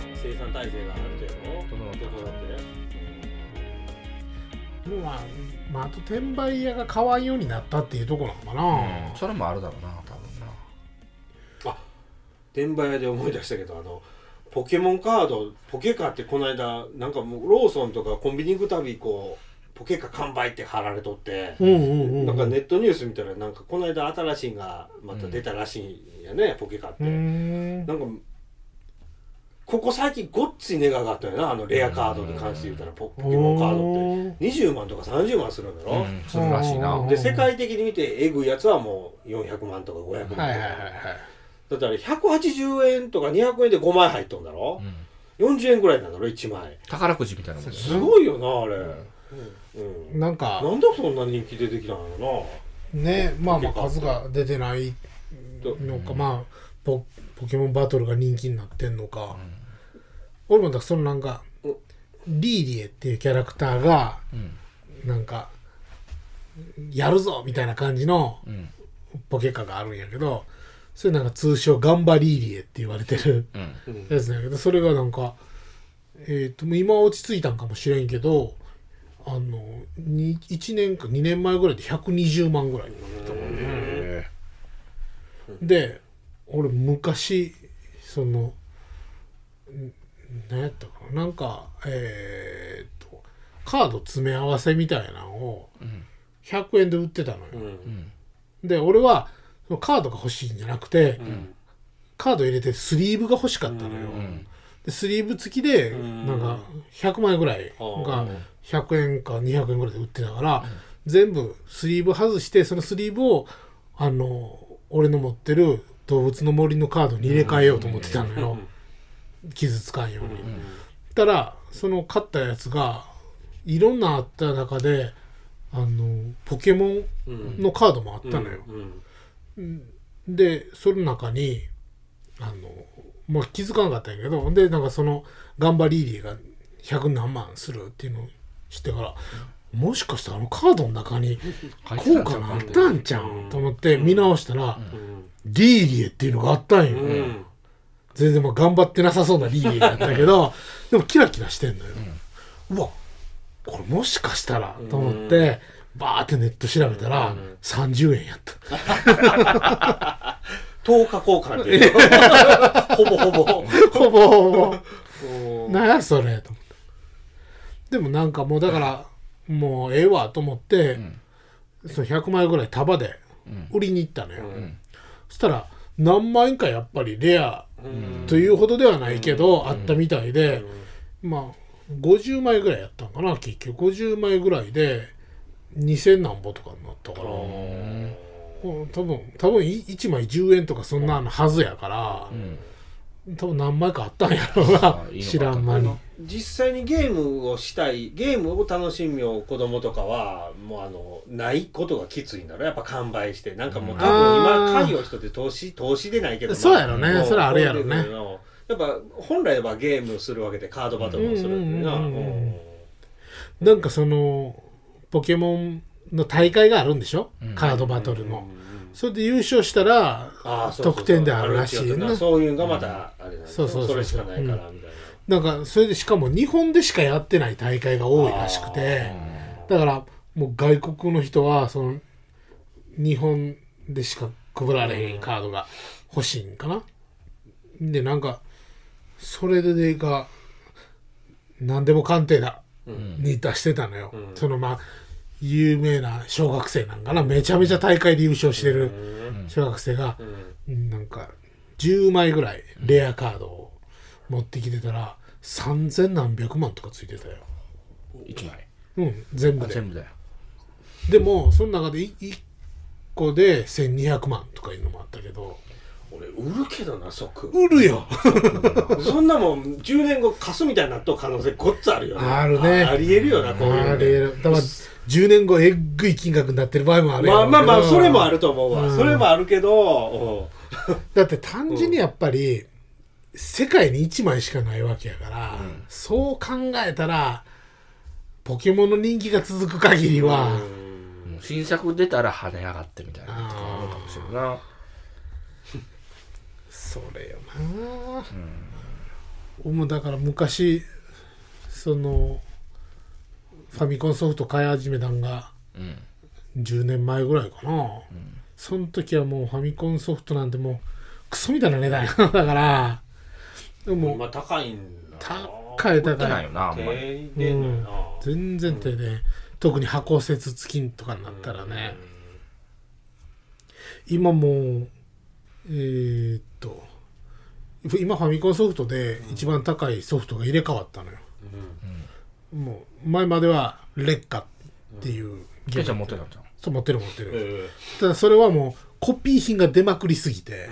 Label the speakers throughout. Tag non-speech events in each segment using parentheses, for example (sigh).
Speaker 1: 体制がある程度整
Speaker 2: 整ってる
Speaker 3: もうまあ、まあ、あと転売屋が買わんようになったっていうとこなのかな、
Speaker 2: それもあるだろうな多分な
Speaker 1: あ転売屋で思い出したけどあのポケモンカードポケカってこの間なんかもうローソンとかコンビニ行くたびこうポケカ完売って貼られとって、
Speaker 3: うんうんうん
Speaker 1: なんかネットニュース見たらなんかこの間新しいんがまた出たらしいんやね、ポケカって、
Speaker 3: うーん
Speaker 1: なんかここ最近ごっつい値が上がったよなあのレアカードに関して言うたらポポケモンカードって
Speaker 3: ドっ
Speaker 1: 20万とか30万するんだろ、
Speaker 2: うんするらしいな
Speaker 3: うん
Speaker 1: で世界的に見てえぐいやつはもう400万とか500万とか、
Speaker 3: はいはいはいはい
Speaker 1: だってあれ180円とか200円で5枚入っとんだろ
Speaker 2: う、ん
Speaker 1: 40円ぐらいなんだろ1枚
Speaker 2: 宝くじみたいなもんだよ
Speaker 1: すごいよなあれ、うん
Speaker 3: なんか
Speaker 1: なんでそんな人気出てきたのよ
Speaker 3: ねまあまあ数が出てないのか、まあポポケモンバトルが人気になってんのか、俺もだからそのなんか
Speaker 1: お
Speaker 3: リーリエっていうキャラクターが
Speaker 2: うん
Speaker 3: なんかやるぞみたいな感じの
Speaker 2: うん
Speaker 3: ポケカがあるんやけどそれなんか通称ガンバリーリエって言われてる
Speaker 2: うん
Speaker 1: うん
Speaker 3: やつなんやけどそれがなんかえっ、ともう今は落ち着いたんかもしれんけどあのに1年か2年前ぐらいで120万ぐらいになってたもんね。
Speaker 2: へ
Speaker 3: で俺昔そのん何やったかななんかえーっとカード詰め合わせみたいなのを
Speaker 2: えうん
Speaker 3: 100円で売ってたの
Speaker 1: う
Speaker 3: よ、
Speaker 1: ん
Speaker 2: うん
Speaker 3: で俺はそのカードが欲しいんじゃなくて、
Speaker 1: うん
Speaker 3: カード入れてスリーブが欲しかったのよ、
Speaker 2: うん
Speaker 3: でスリーブ付きで
Speaker 1: うん
Speaker 3: なんか100枚ぐらい
Speaker 1: あ
Speaker 3: が100円か200円ぐらいで売ってたから全部スリーブ外してそのスリーブをあの俺の持ってる動物の森のカードに入れ替えようと思ってたのよ傷つかんように。たらその勝ったやつがいろんなあった中であのポケモン
Speaker 1: うん
Speaker 3: のカードもあったのよ。
Speaker 1: うん
Speaker 3: でその中にあの、まあ、気づかなかったんやけどでなんかそのガンバリーリーが100何万するっていうのを知ってから、もしかしたらあのカードの中に
Speaker 2: 入って
Speaker 3: 効
Speaker 2: たんちゃう
Speaker 3: 果が
Speaker 2: か
Speaker 3: あ
Speaker 2: っ
Speaker 3: ってたんちゃうんと思って見直した
Speaker 1: う
Speaker 3: ら、
Speaker 1: ん
Speaker 3: リーリエっていうのがあったんよ、
Speaker 1: うん
Speaker 3: 全然まあ頑張ってなさそうなリーリエだったけ (laughs) どでもキラキラしてんのよ、うわこれもしかしたらと思って、バーってネット調べたら、30円やった
Speaker 1: 10日交換でほぼほぼ
Speaker 3: ほぼほぼ
Speaker 1: うん
Speaker 3: なんやそれと思ってでもなんかもうだから、もうええわと思って、
Speaker 2: ん
Speaker 3: その100枚ぐらい束で
Speaker 2: うん
Speaker 3: 売りに行ったのよ、
Speaker 1: うん
Speaker 3: そしたら何万円かやっぱりレアというほどではないけど、あったみたいで、まあ50枚ぐらいやったんかな結局50枚ぐらいで2000何ぼとかになったから、うん多分多分い1枚10円とかそんなのはずやから、
Speaker 2: うん
Speaker 3: 多分何枚かあったんやろうな
Speaker 2: あいいのか
Speaker 3: 知らん間に。
Speaker 1: 実際にゲームをしたいゲームを楽しみを子供とかはもうあのないことがきついんだろやっぱ完売してなんかもう多
Speaker 3: あ
Speaker 1: 分
Speaker 3: ー
Speaker 1: 今家業人って投資投資でないけどまあ
Speaker 3: そうやろね
Speaker 1: も
Speaker 3: それあるやろね
Speaker 1: こういうのをやっぱ本来はゲームするわけでカードバトルもするんだよな
Speaker 3: うんうんうんうんなんかそのポケモンの大会があるんでしょ、
Speaker 2: うん
Speaker 3: カードバト
Speaker 1: う
Speaker 3: ル
Speaker 1: んうんう
Speaker 3: の、
Speaker 1: ん
Speaker 3: それで優勝したら
Speaker 1: あーそうそうそう
Speaker 3: 得点であるらしい
Speaker 1: あるら
Speaker 3: な
Speaker 1: そういうのがまたあれなんだ
Speaker 3: そうそうそう
Speaker 1: それしかないからみたいな
Speaker 3: なんかそれでしかも日本でしかやってない大会が多いらしくてだからもう外国の人はその日本でしか配られへんカードが欲しいんかなでなんかそれでが何でも鑑定だに出してたのよ、そのまあ有名な小学生なんかなめちゃめちゃ大会で優勝してる小学生が、なんか10枚ぐらいレアカードを持ってきてたら3,000何百万とかついてたよ、
Speaker 2: 一枚
Speaker 3: うん、全部で
Speaker 2: 全部だよ
Speaker 3: でもその中で1個で1200万とかいうのもあったけど
Speaker 1: 俺売るけどな即
Speaker 3: 売るよ
Speaker 1: そんなもん10年後貸すみたいになっとう可能性ごっつあるよな
Speaker 3: あるね
Speaker 1: あありえるよなこういうの
Speaker 3: あれだから10年後えっぐい金額になってる場合もあるや
Speaker 1: ま
Speaker 3: ろ
Speaker 1: あ
Speaker 3: うけ
Speaker 1: まあ
Speaker 3: ど
Speaker 1: まあそれもあると思うわ、それもあるけど、
Speaker 3: だって単純にやっぱり世界に1枚しかないわけやから、そう考えたらポケモンの人気が続く限りは、
Speaker 2: うん新作出たら跳ね上がってみたいなとかあるかもしれんな
Speaker 3: それよな、もうだから昔そのファミコンソフト買い始めたんが
Speaker 2: うん
Speaker 3: 10年前ぐらいかな、その時はもうファミコンソフトなんてもうクソみたいな値段やだからでも
Speaker 1: 今高いんだ
Speaker 3: 高い
Speaker 2: 売って
Speaker 3: 高
Speaker 2: ない
Speaker 3: い
Speaker 2: よなあんま
Speaker 1: 停
Speaker 2: り
Speaker 1: 電のよな、
Speaker 3: 全然手で、特に箱節付きとかになったらね、今もうえーっと今ファミコンソフトで一番高いソフトが入れ替わったのよ、もう前までは劣化っていう
Speaker 2: ケン
Speaker 3: ゲーム
Speaker 2: ちゃん持ってたんじゃん
Speaker 3: そう持ってる持ってる、
Speaker 1: え
Speaker 3: ただそれはもうコピー品が出まくりすぎて、
Speaker 1: え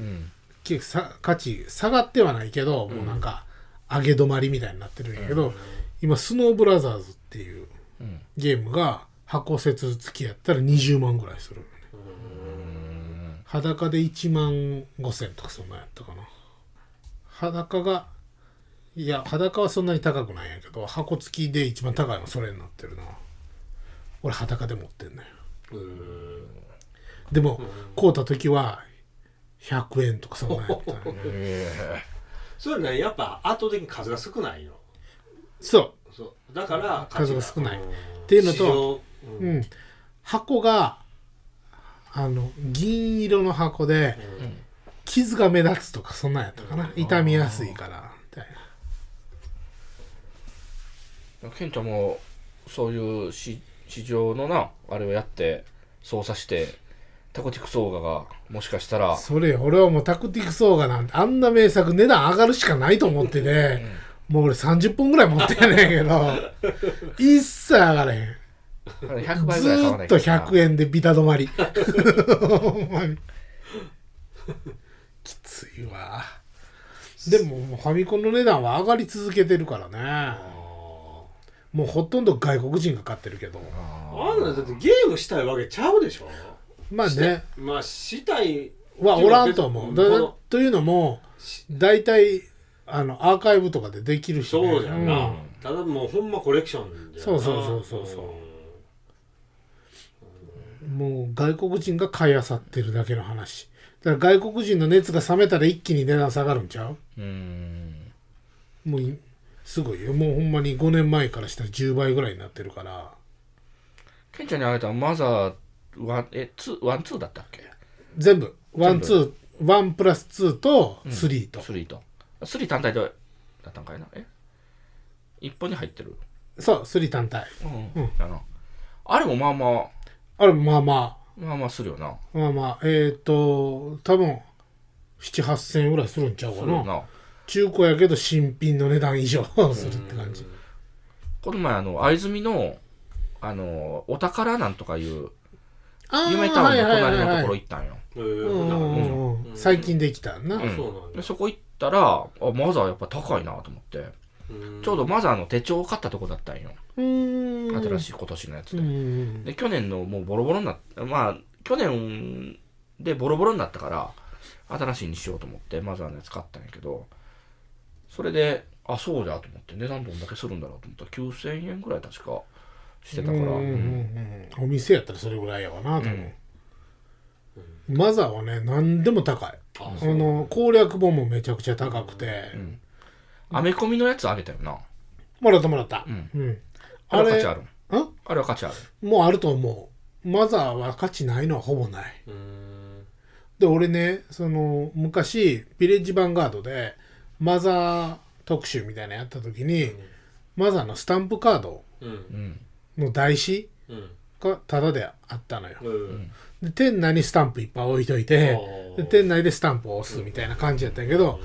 Speaker 1: うん
Speaker 2: うん
Speaker 3: 結構さ価値下がってはないけど、もうなんか上げ止まりみたいになってるんやけど、今スノーブラザーズっていう
Speaker 2: うん
Speaker 3: ゲームが箱節付きやったら20万ぐらいする、裸で1万5000とかそんなんやったかな裸がいや裸はそんなに高くないんやけど箱付きで一番高いのそれになってるな俺裸で持ってんのよでも買うた時は100円とかそんなんやったのよ
Speaker 1: それねやっぱ圧倒的に数が少ないの
Speaker 3: (laughs) そう
Speaker 1: そうだから
Speaker 3: 数が少ない
Speaker 1: うん
Speaker 3: っていうのと
Speaker 1: 市場うん
Speaker 3: うん、箱があの銀色の箱で、傷が目立つとかそんなんやったかな傷みやすいからみたいな
Speaker 2: ケンちゃんもそういう市市場のなあれをやって操作してタコティクソーガがもしかしたら
Speaker 3: それ俺はもうタクティクソーガなんてあんな名作値段上がるしかないと思ってね、もう俺30本ぐらい持ってんねんけ (laughs) ど一切上がれへん
Speaker 2: あれ100倍
Speaker 3: ず
Speaker 2: ぐらい買わ
Speaker 3: ー
Speaker 2: な
Speaker 3: っ
Speaker 2: い
Speaker 3: と
Speaker 2: けどな
Speaker 3: 100円でビタ止まり (laughs) ほんまにきついわでももうファミコンの値段は上がり続けてるからねもうほとんど外国人が買ってるけど
Speaker 1: あんなだってゲームしたいわけちゃうでしょ
Speaker 3: まあね
Speaker 1: まあしたい
Speaker 3: はおらんと思うだ
Speaker 1: この
Speaker 3: というのも大体あのアーカイブとかでできるし、ね、
Speaker 1: そうだよな、
Speaker 3: うん
Speaker 1: ただもうほんまコレクションだよな
Speaker 3: そうそうそうそうそうんもう外国人が買い漁ってるだけの話だから外国人の熱が冷めたら一気に値段下がるんちゃう
Speaker 2: うーん
Speaker 3: もういすごいよもうほんまに5年前からしたら10倍ぐらいになってるから
Speaker 2: ケンちゃんにあげたマザーワンえツーワンツーだったっけ
Speaker 3: 全部ワンツーワンプラスツーとスリーと、
Speaker 2: スリーとスリー単体でだったんかいなえ一本に入ってる
Speaker 3: そうスリー単体
Speaker 2: うん、やなあれもまあまあ
Speaker 3: あれまあまあ
Speaker 2: まあまあするよな
Speaker 3: まあまあえっ、ー、と多分78000円ぐらいするんちゃう
Speaker 2: す
Speaker 3: か
Speaker 2: るよ
Speaker 3: な
Speaker 2: な
Speaker 3: 中古やけど新品の値段以上 (laughs) するって感じ
Speaker 2: この前あの藍住のあのお宝なんとかいう
Speaker 3: あ
Speaker 2: 夢タウンの隣のところ行ったんよ
Speaker 1: え
Speaker 3: うんうん
Speaker 1: ー
Speaker 3: うんうん最近できたな、
Speaker 1: あそうなんだ
Speaker 2: でそこ行ったらあマザーやっぱ高いなと思って
Speaker 1: うん
Speaker 2: ちょうどマザーの手帳を買ったとこだったんよ
Speaker 3: うーん
Speaker 2: 新しい今年のやつ
Speaker 3: う
Speaker 2: で
Speaker 3: ん
Speaker 2: で去年のもうボロボロになったまあ去年でボロボロになったから新しいにしようと思ってマザーのやつ買ったんやけどそれであそうだと思って値段どんだけするんだろうと思ったら9000円ぐらい確かしてたから
Speaker 3: うんうんうんうんお店やったらそれぐらいやわな多分、マザーはね何でも高いあ
Speaker 1: あ
Speaker 3: の攻略本もめちゃくちゃ高くて、
Speaker 2: アメコミのやつあげたよな
Speaker 3: もらったもらった
Speaker 2: うん、
Speaker 3: うん
Speaker 2: あ
Speaker 3: あ
Speaker 2: れは価
Speaker 3: れ
Speaker 2: 値ある
Speaker 3: あ
Speaker 2: あれは価値ある
Speaker 3: もうあると思うマザーは価値ないのはほぼない
Speaker 1: うん
Speaker 3: で俺ねその昔ビレッジヴァンガードでマザー特集みたいなのやった時に、マザーのスタンプカード
Speaker 1: うん
Speaker 2: うん
Speaker 3: の台紙
Speaker 1: うん
Speaker 3: がタダであったのよ
Speaker 1: うん
Speaker 3: で店内にスタンプいっぱい置いといて
Speaker 1: あー
Speaker 3: で店内でスタンプを押すみたいな感じやったんやけど、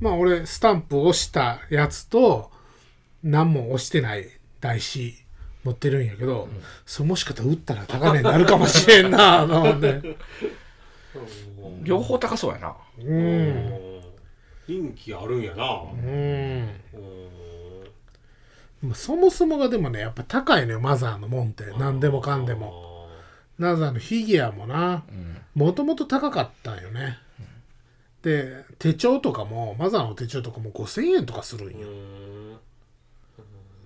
Speaker 3: まあ俺スタンプを押したやつと何も押してない台紙持ってるんやけど、それもしかしたら打ったら高値になるかもしれん (laughs) なと思って
Speaker 2: 両方高そうやな
Speaker 3: うん
Speaker 1: 人気あるんやな
Speaker 3: うん
Speaker 1: うん
Speaker 3: まあそもそもがでもねやっぱ高いのよマザーのもんって何でもかんでもマザーのフィギュアもなもともと高かったんよねで手帳とかもマザーの手帳とかも5000円とかするん
Speaker 1: う
Speaker 3: よ
Speaker 1: ん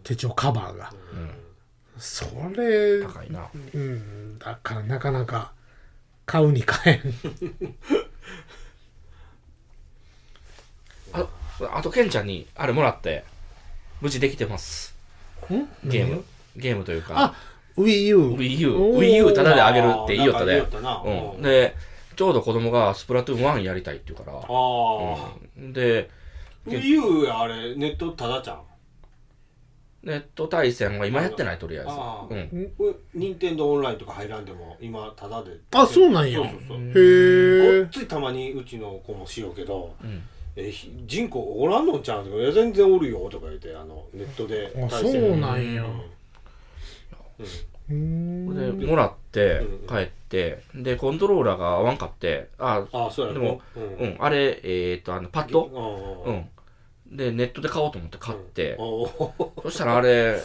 Speaker 3: 手帳カバーが、それ
Speaker 2: 高いな
Speaker 3: うんだからなかなか買うに買えん
Speaker 2: ああとケンちゃんにあれもらって無事できてます
Speaker 3: ん
Speaker 2: ゲームゲームというか
Speaker 3: あ WiiU
Speaker 2: Wii U
Speaker 3: おー
Speaker 2: Wii U タダであげるって言いよった
Speaker 1: あーなんか
Speaker 2: で
Speaker 1: 言いよったな
Speaker 2: う、
Speaker 1: うんん
Speaker 2: でちょうど子供がスプラトゥーン1やりたいって言うから
Speaker 1: ああ、
Speaker 2: うんで
Speaker 1: Wii U あれネットただちゃん
Speaker 2: ネット対戦は今やってないとりあえず
Speaker 1: あー
Speaker 2: うん
Speaker 1: これ任天堂オンラインとか入らんでも今ただで
Speaker 3: あそうなんや
Speaker 1: そうそうそう
Speaker 3: へ
Speaker 1: ご
Speaker 3: え
Speaker 1: っついたまにうちの子もしようけど、
Speaker 2: ん
Speaker 1: えひ人口おらんのんちゃうんいや全然おるよとか言ってあのネットで
Speaker 3: あそうなんやうー
Speaker 2: で
Speaker 3: ん
Speaker 2: もらって
Speaker 1: うん
Speaker 2: 帰ってでコントローラーが合わんかってあ
Speaker 1: あそうや
Speaker 2: で
Speaker 1: ろ
Speaker 2: も、
Speaker 1: う
Speaker 2: うんん、あれえっとあのパッド
Speaker 1: う
Speaker 2: うんんでネットで買おうと思って買って
Speaker 1: おー
Speaker 2: そしたらあれ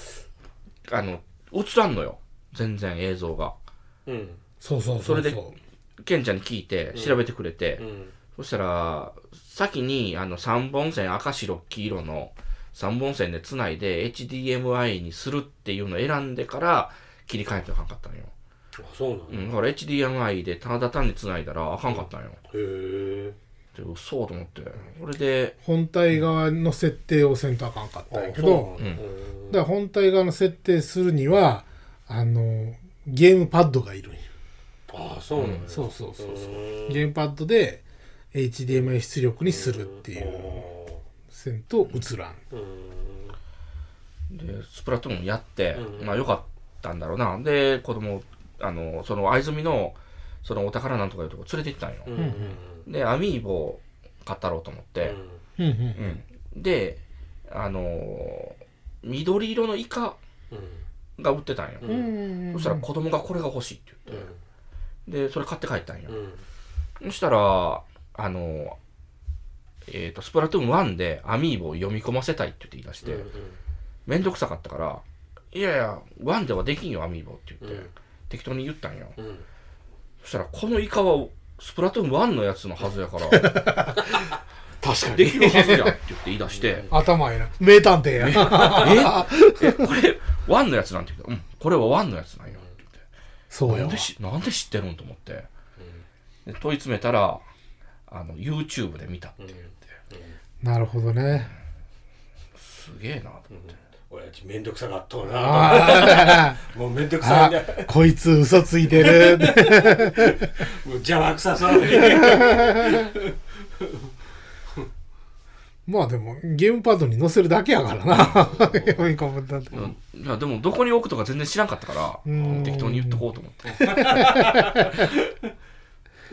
Speaker 2: あの映らんのよ全然映像が
Speaker 1: うん
Speaker 3: そうそう
Speaker 2: そ
Speaker 3: そ
Speaker 2: れ
Speaker 3: れ
Speaker 2: で
Speaker 3: で
Speaker 2: ケンちゃんに聞いて調べてくれて、
Speaker 1: うん
Speaker 2: そしたら先にあの3本線赤白黄色の3本線でつないで HDMI にするっていうのを選んでから切り替えてあかんかったんよ、
Speaker 1: あそうなんや
Speaker 2: う、ん、だから HDMI でただ単につないだらあかんかったんよ
Speaker 1: へえ
Speaker 2: でそうと思ってこれで
Speaker 3: 本体側の設定をせんとあかんかったんやけど
Speaker 1: そうなんや
Speaker 3: だから本体側の設定するにはあのゲームパッドがいるんや
Speaker 1: ああそうなんや、
Speaker 3: そうそうそうそう
Speaker 1: う
Speaker 3: ゲームパッドで HDMI 出力にするってい
Speaker 1: ん
Speaker 3: う線と映らん
Speaker 1: うん
Speaker 2: でスプラトゥーンやって、
Speaker 1: うん
Speaker 2: まあよかったんだろうなで子供あのその藍住のそのお宝なんとかいうとこ連れて行ったんよ
Speaker 1: うん
Speaker 3: ん
Speaker 2: でアミーボを買ったろうと思って、
Speaker 3: うんうん
Speaker 2: うん、であのー緑色のイカ
Speaker 1: う
Speaker 2: が売ってたんよ、
Speaker 1: う
Speaker 3: うん
Speaker 2: そしたら子供がこれが欲しいって言って、
Speaker 1: ん
Speaker 2: でそれ買って帰ったんよ、
Speaker 1: うん
Speaker 2: そしたらあのーえっ、とスプラトゥーン1でアミーボを読み込ませたいって言って言い出して、めんどくさかったから「いやいや1ではできんよアミーボ」って言って、
Speaker 1: うん
Speaker 2: 適当に言ったんよ
Speaker 1: うんうん
Speaker 2: そしたらこのイカはスプラトゥーン1のやつのはずやから
Speaker 1: (laughs)
Speaker 3: 確か
Speaker 2: できるはずやって言って言い出して、
Speaker 3: 頭ええな名探偵や
Speaker 2: ええこれワンのやつなんて言うけどうんこれはワンのやつなんよって
Speaker 3: そう
Speaker 2: 言
Speaker 3: や
Speaker 2: ってなんでしな
Speaker 3: わ
Speaker 2: んで知ってるんと思ってで問い詰めたらあの YouTube で見たって言って
Speaker 3: なるほどね
Speaker 2: すげえなと思って
Speaker 1: 親父めんどくさかったな
Speaker 3: あ
Speaker 1: もうめんどくさい
Speaker 2: (laughs)
Speaker 3: あ
Speaker 1: んだ
Speaker 3: こいつ嘘ついてる (laughs)
Speaker 1: もう邪魔くさそうに
Speaker 3: まあでもゲームパッドに載せるだけやからな読み込むんだって
Speaker 2: うんいやでもどこに置くとか全然知らんかったか
Speaker 3: うん
Speaker 2: ら適当に言っとこうと思って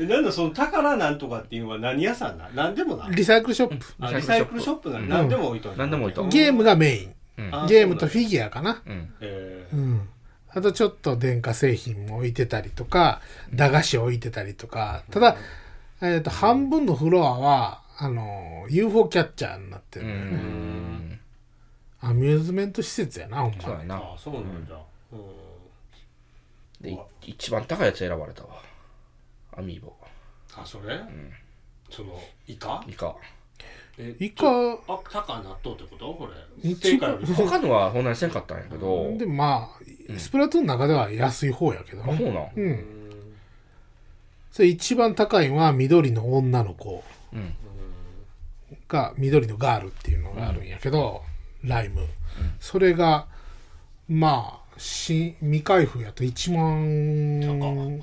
Speaker 1: なんだその宝なんとかっていうのは何屋さんなんなんでもな
Speaker 3: リサイクルショップ
Speaker 1: あリサイクルショップな
Speaker 2: うん
Speaker 1: ん何でも置いとんや
Speaker 2: 何でも置いとん
Speaker 3: ゲームがメイン
Speaker 2: うん
Speaker 1: あ
Speaker 3: ゲームとフィギュアかな
Speaker 2: うん
Speaker 1: え
Speaker 3: うんあとちょっと電化製品も置いてたりとか駄菓子置いてたりとかただ、えー、と半分のフロアはあの UFO キャッチャーになって
Speaker 2: う
Speaker 3: るんだよね、
Speaker 2: ん
Speaker 3: アミューズメント施設やなほん
Speaker 2: そう
Speaker 3: ま
Speaker 2: や
Speaker 1: ー
Speaker 2: な
Speaker 1: ああそうなんじゃうん
Speaker 2: でい一番高いやつ選ばれたわアミーボ
Speaker 1: あそれそのイカ
Speaker 2: イカ
Speaker 1: え
Speaker 3: イカ
Speaker 1: あタカ納豆ってことこれ
Speaker 3: 一
Speaker 1: 定価
Speaker 3: 番
Speaker 1: より
Speaker 2: 他のはそんなにせんかったんやけど
Speaker 3: でもまあスプラトゥーンの中では安い方やけど
Speaker 2: あそう
Speaker 3: ね
Speaker 2: なん
Speaker 3: う
Speaker 1: うんん
Speaker 3: それ一番高いのは緑の女の子
Speaker 2: うん
Speaker 3: が緑のガールっていうのがあるんやけど、ライム、それがまあし未開封やと1万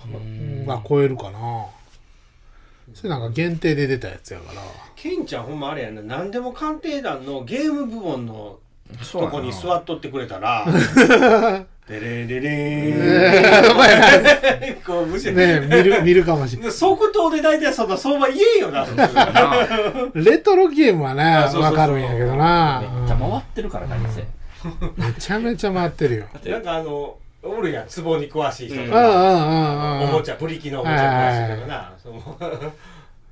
Speaker 3: は超えるかなそれなんか限定で出たやつやから
Speaker 1: ケンちゃんほんまあれやな何でも鑑定団のゲーム部門の
Speaker 2: そ
Speaker 1: とこに座
Speaker 2: っ
Speaker 1: っとってくれたらデレデレーンこうむしろ
Speaker 3: ねえ見
Speaker 1: (laughs)
Speaker 3: る見るかもしれない
Speaker 1: で即答で大体その相場言えよな
Speaker 2: め
Speaker 3: レトロゲームはね
Speaker 1: あそうそうそう
Speaker 3: わかるんやけどな
Speaker 2: っちゃ回ってるから何せ
Speaker 3: うんめちゃめちゃ回って
Speaker 1: (laughs)
Speaker 3: るよ
Speaker 1: なんかあのおるやん壺に詳しい人
Speaker 2: う
Speaker 1: と
Speaker 2: ん
Speaker 3: ああ
Speaker 1: か、
Speaker 3: ああ
Speaker 1: お
Speaker 3: ああ
Speaker 1: もちゃプリ機のおもちゃ詳しい人とかなその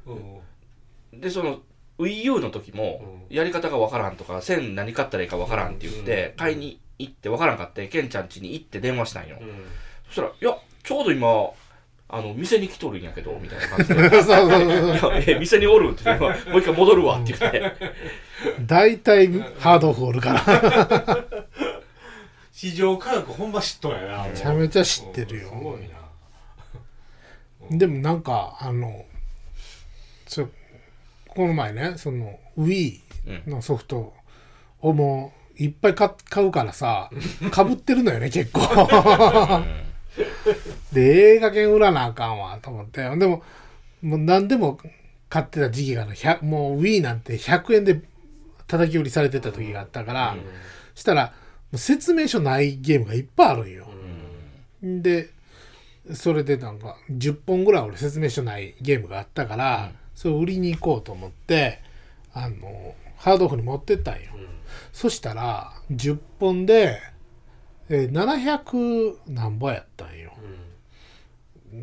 Speaker 1: うん
Speaker 2: でその WiiU の時もやり方がわからんとか線何買ったらいいかわからんって言って
Speaker 1: うん
Speaker 2: 買いに行ってわからんかってケンちゃん家に行って電話したんよ
Speaker 1: うん
Speaker 2: そしたら「いやちょうど今あの店に来とるんやけど」みたいな感じで
Speaker 3: (laughs)
Speaker 2: (laughs)
Speaker 3: そうそうそうそう
Speaker 2: いや「え店におる」って言って今もう一回戻るわ」って言って
Speaker 3: 大体ハードホールから
Speaker 1: 市場価格ほんま知っとんやなめ
Speaker 3: めちゃめちゃ知ってるよ
Speaker 1: すごいな
Speaker 3: でもなんかあのそこの前ねその Wii のソフトをもういっぱい買買うからさかぶってるのよね結構で映画券売らなあかんわと思ってでももう何でも買ってた時期がある100もう Wii なんて100円で叩き売りされてた時があったから、したらもう説明書ないゲームがいっぱいあるんよ、でそれでなんか10本ぐらい俺説明書ないゲームがあったから、それを売りに行こうと思ってあのハードオフに持ってったんよ、そしたら10本で、えー700何本やったんよ、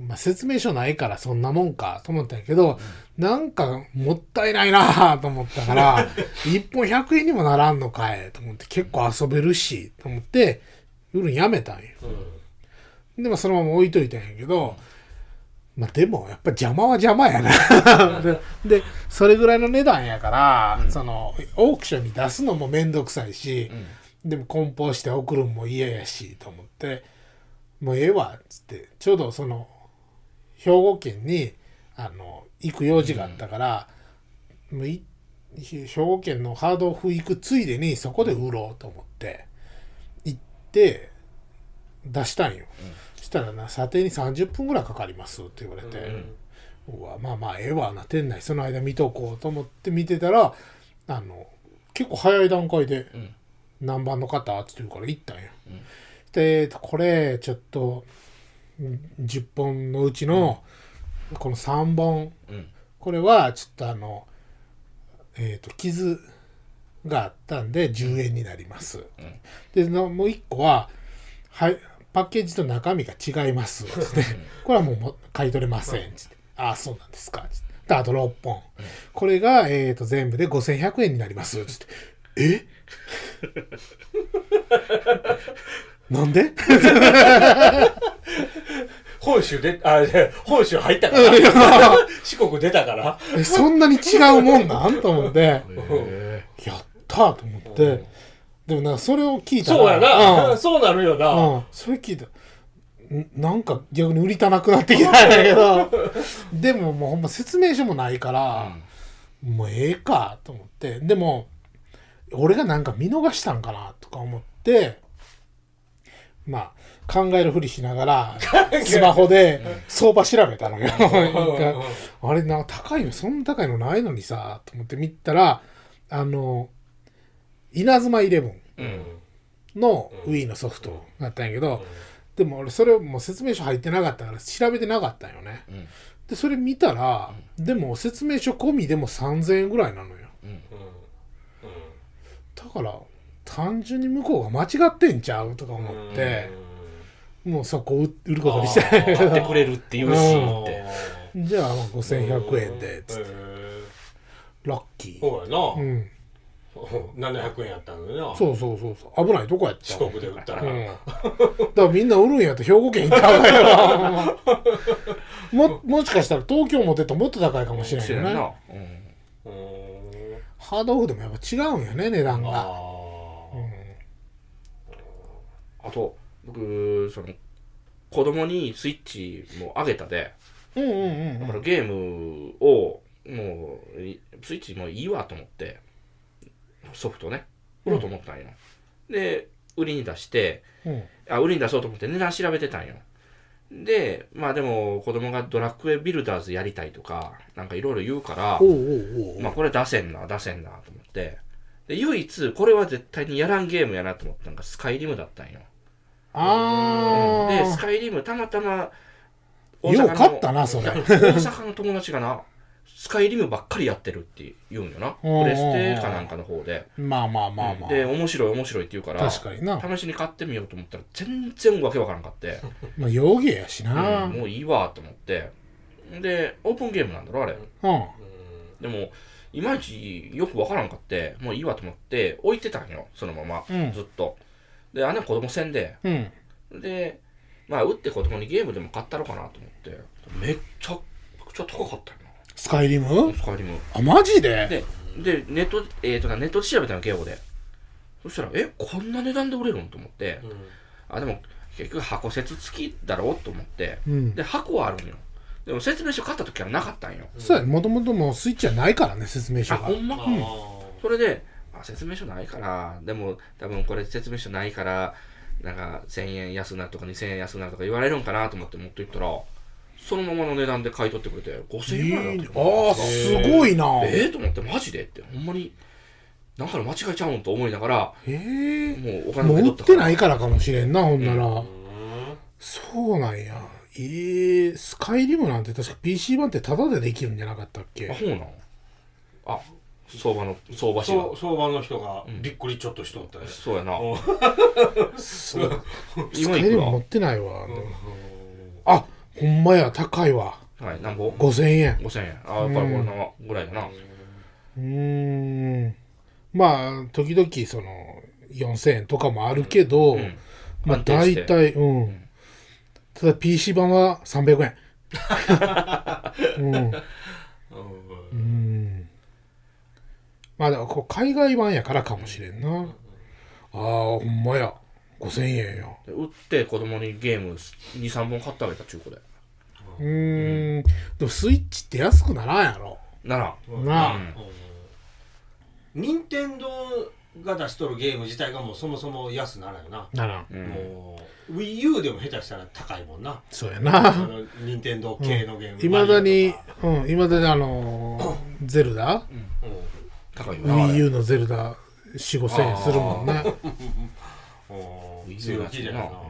Speaker 3: まあ、説明書ないからそんなもんかと思ったんやけど、なんかもったいないなあと思ったから (laughs) 1本100円にもならんのかいと思って結構遊べるしと思って売るんやめたんよでもそのまま置いといたんやけど、まあでもやっぱ邪魔は邪魔やな (laughs) ででそれぐらいの値段やから、そのオークションに出すのも面倒くさいし、でも梱包して送るんも嫌やしと思ってもうええわっつってちょうどその兵庫県にあの行く用事があったから、もうい兵庫県のハードオフ行くついでにそこで売ろうと思って行って出したんよ、したらな査定に30分ぐらいかかりますって言われて、うわまあまあええわな店内その間見とこうと思って見てたらあの結構早い段階で
Speaker 2: ん
Speaker 3: 「何番の方?」っつって言うから行ったんよ、でこれちょっとうん10本のうちのこの3本、
Speaker 2: うん
Speaker 3: これはちょっとあのえっ、と傷があったんで10円になります、でのもう1個ははいパッケージと中身が違いますつってこれはもうも買い取れませんつってああそうなんですかつってであと6本これが、えー、と全部で5100円になりますつってえなんで
Speaker 1: 本州で、あ、いや本州入ったから。 (laughs) 四国出たから。
Speaker 3: えそんなに違うもんなんと思ってやったーと思ってでもなそれを聞いたら
Speaker 1: そうやな。
Speaker 3: うん
Speaker 1: そうなるよな。
Speaker 3: うん、それ聞いたんなんか逆に売りたなくなってきたんだけ
Speaker 1: (laughs)
Speaker 3: どでももうほんま説明書もないから、もうええかと思ってでも俺がなんか見逃したんかなとか思ってまあ考えるふりしながらスマホで相場調べたのよ一回あれなんか高いのそんな高いのないのにさと思って見たらあの稲妻イレブンの Wii のソフトだったんやけど、でも俺それもう説明書入ってなかったから調べてなかったんよね、
Speaker 2: ん
Speaker 3: でそれ見たら、でも説明書込みでも3000円ぐらいなのよだから単純に向こうが間違ってんちゃうとか思って、もうそこを売ることにしたんやけ
Speaker 2: 買って
Speaker 3: ど
Speaker 2: くれるっていうし
Speaker 3: うん
Speaker 2: って
Speaker 3: (laughs) じゃあまあ5100円でつって
Speaker 1: て。
Speaker 3: ラッキー
Speaker 1: そうやな
Speaker 3: う。ん
Speaker 1: 700円やったのにな。
Speaker 3: そうそうそうそう危ないとこやった
Speaker 1: 四
Speaker 3: わ
Speaker 1: 国で売ったら。
Speaker 3: うん、だからみんな売るんやったら兵庫県行った方がい (laughs) いなももしかしたら東京も出たらもっと高いかもしれん
Speaker 2: そう
Speaker 3: よ
Speaker 2: や
Speaker 3: ね
Speaker 2: なう
Speaker 1: う
Speaker 2: ん
Speaker 1: ん
Speaker 3: ハードオフでもやっぱ違うんよね値段
Speaker 1: あ
Speaker 3: が
Speaker 1: あ。
Speaker 2: あと僕その子供にスイッチもあげたで
Speaker 3: うんうんうん
Speaker 2: だ
Speaker 3: う
Speaker 2: か
Speaker 3: ん
Speaker 2: らゲームをもういスイッチもういいわと思ってソフトね売ろうと思ったんよ、で売りに出して
Speaker 3: うん
Speaker 2: あ売りに出そうと思って値段調べてたんよでまあでも子供がドラクエビルダーズやりたいとかなんかいろいろ言うから
Speaker 3: おうおうおう
Speaker 2: まあこれ出せんな出せんなと思ってで唯一これは絶対にやらんゲームやなと思ったのがスカイリムだったんよ
Speaker 3: あ
Speaker 2: で
Speaker 3: ー
Speaker 2: スカイリムたまたま
Speaker 3: よう買ったなそれ
Speaker 2: 大阪の友達がなスカイリムばっかりやってるって言うんよ
Speaker 3: (laughs)
Speaker 2: な
Speaker 3: うんうんうん
Speaker 2: プレステかなんかの方で
Speaker 3: まあまあまあまあ
Speaker 2: で面白い面白いって言うから
Speaker 3: 確かにな、
Speaker 2: 試しに買ってみようと思ったら全然わけわからんかって、
Speaker 3: まあ、容疑やしな
Speaker 2: うんもういいわと思ってでオープンゲームなんだろあれ
Speaker 3: うん、
Speaker 2: でもいまいちよくわからんかってもういいわと思って置いてたんよそのまま、
Speaker 3: うん
Speaker 2: ずっとで姉は子供せんで
Speaker 3: うん、
Speaker 2: で、まあ、打って子供にゲームでも買ったろかなと思って、めっちゃくちゃ高かったよ
Speaker 3: スカイリ
Speaker 2: な、
Speaker 3: ム
Speaker 2: スカイリム。
Speaker 3: あマジで
Speaker 2: で、でネット、えーとなネットで調べたの、ゲオで。そしたら、え、こんな値段で売れるんと思って、あ、でも、結局箱説付きだろうと思って、
Speaker 3: うん
Speaker 2: で、箱はあるんよ。でも説明書買った時からなかったんよ。
Speaker 3: そうやもともともうスイッチはないからね説明書
Speaker 2: あ、
Speaker 3: が
Speaker 2: ほんま、
Speaker 1: ああ。
Speaker 2: それで、あ、説明書ないから、でも多分これ説明書ないから、なんか1000円安なるとか2000円安なるとか言われるんかなと思って持って行ったら、そのままの値段で買い取ってくれて、5000円ぐらいだったよ
Speaker 3: ああすごいな
Speaker 2: ええと思って、マジでって、ほんまに、なんかの間違えちゃうんと思いながら、
Speaker 3: ええ
Speaker 2: もうお金
Speaker 3: も
Speaker 2: も
Speaker 3: う
Speaker 2: 受け
Speaker 3: 売っ
Speaker 2: 取
Speaker 3: て
Speaker 2: った
Speaker 3: な
Speaker 2: から
Speaker 3: いからかもしれんなほんなら、
Speaker 1: うん
Speaker 3: そうなんやええスカイリムなんて確か PC 版ってタダでできるんじゃなかったっけ
Speaker 2: あ、そうなんあ、相場の、相場師
Speaker 1: そう
Speaker 2: が。
Speaker 1: 相場の人がびっくりちょっとしとったよ、
Speaker 2: そうやな。
Speaker 1: お
Speaker 3: そうス
Speaker 2: 今
Speaker 3: カイ
Speaker 2: い
Speaker 3: リ
Speaker 2: く
Speaker 3: ム
Speaker 2: ら
Speaker 3: 持ってないわ、でも
Speaker 1: う
Speaker 3: あほんまや高いわ
Speaker 2: はい、なんぼ
Speaker 3: 5000円
Speaker 2: ?5000 円。あ、やっぱりこれな、ぐらいだな。
Speaker 3: うーんまあ時々その4000円とかもあるけど、
Speaker 2: うん
Speaker 3: まあ
Speaker 2: 安定して
Speaker 3: 大体うん、ただ PC 版は300円うん
Speaker 1: ん
Speaker 3: うんまあでもこう海外版やからかもしれんな、ああほんまや5000円や
Speaker 2: で売って子供にゲーム23本買ってあげた中古で
Speaker 3: うーんでもスイッチって安くならんやろ
Speaker 2: なら
Speaker 1: うん
Speaker 3: なあ、
Speaker 2: うん
Speaker 1: 任天堂が出しとるゲーム自体がもうそもそも安ならよな、
Speaker 3: ならん
Speaker 2: うん
Speaker 1: もう WiiU でも下手したら高いもんな
Speaker 3: そうや
Speaker 1: あ
Speaker 3: な
Speaker 1: の任天堂系のゲーム
Speaker 3: いまだに
Speaker 1: マリオとか
Speaker 3: うんいまだにあの (laughs) ーゼルダ
Speaker 2: 高いよなあれ
Speaker 3: WiiU のゼルダ4 5千円するもんね
Speaker 1: うんおー
Speaker 2: Wii U
Speaker 1: 強気じゃないな
Speaker 2: な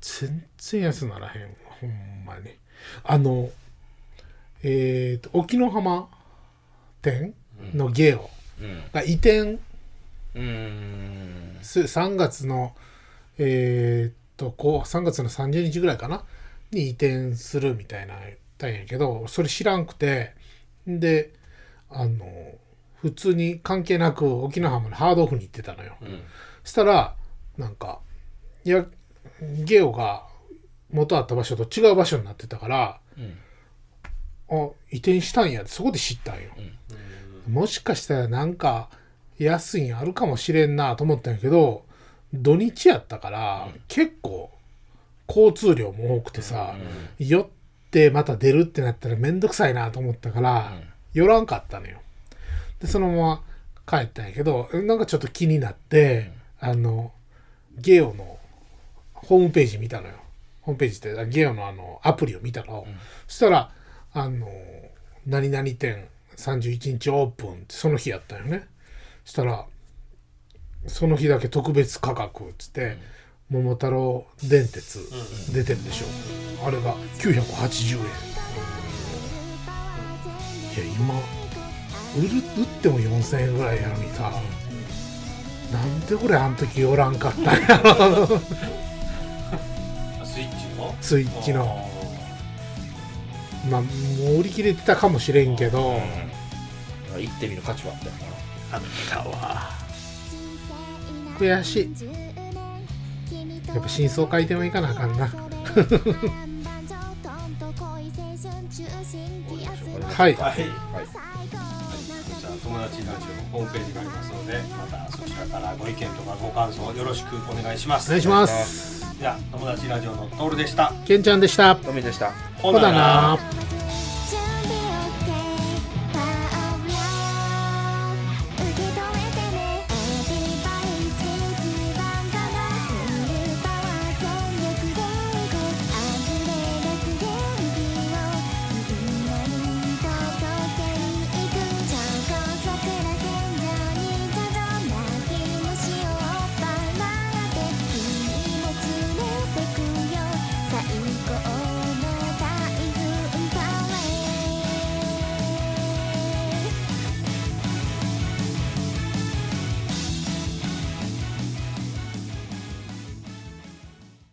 Speaker 3: 全然安ならへんわほんまにあのえっ、と沖ノ浜店のゲオ
Speaker 2: うん
Speaker 3: が移転
Speaker 2: うーん
Speaker 3: す3月のえっ、とこう3月の30日ぐらいかなに移転するみたいな言ったんやけどそれ知らんくてであの普通に関係なく沖縄浜のハードオフに行ってたのよ、
Speaker 2: ん
Speaker 3: したらなんかいやゲオが元あった場所と違う場所になってたから
Speaker 2: うん
Speaker 3: あ移転したんやってそこで知ったんよ、もしかしたらなんか安いんあるかもしれんなと思ったんやけど土日やったから結構交通量も多くてさ、寄ってまた出るってなったらめんどくさいなと思ったから、寄らんかったのよでそのまま帰ったんやけどなんかちょっと気になって、あのゲオのホームページ見たのよホームページってあゲオのあのアプリを見たの、そしたら「あの何々店31日オープン」ってその日やったよねそしたらその日だけ特別価格っつって「桃太郎電鉄」出てるでしょ、あれが980円いや今売る売っても4000円ぐらいやのにさなんで俺あの時おらんかったんや
Speaker 1: あスイッチの
Speaker 3: スイッチのまあもう売り切れてたかもしれんけど
Speaker 2: うん行ってみる価値はあったよ
Speaker 3: あったわ悔しいやっぱ真相回転はいかなあかんな
Speaker 1: はい
Speaker 2: はな
Speaker 3: はい
Speaker 2: はい
Speaker 1: じゃあ友達ラジオのホームページがありますのでまたそちらからご意見とかご感想よろしくお願いします
Speaker 3: お願いします
Speaker 1: じゃあ友達ラジオのトールでした
Speaker 3: けんちゃんでした
Speaker 2: トミーでした
Speaker 1: ほ
Speaker 3: ほだな
Speaker 1: なら
Speaker 3: ら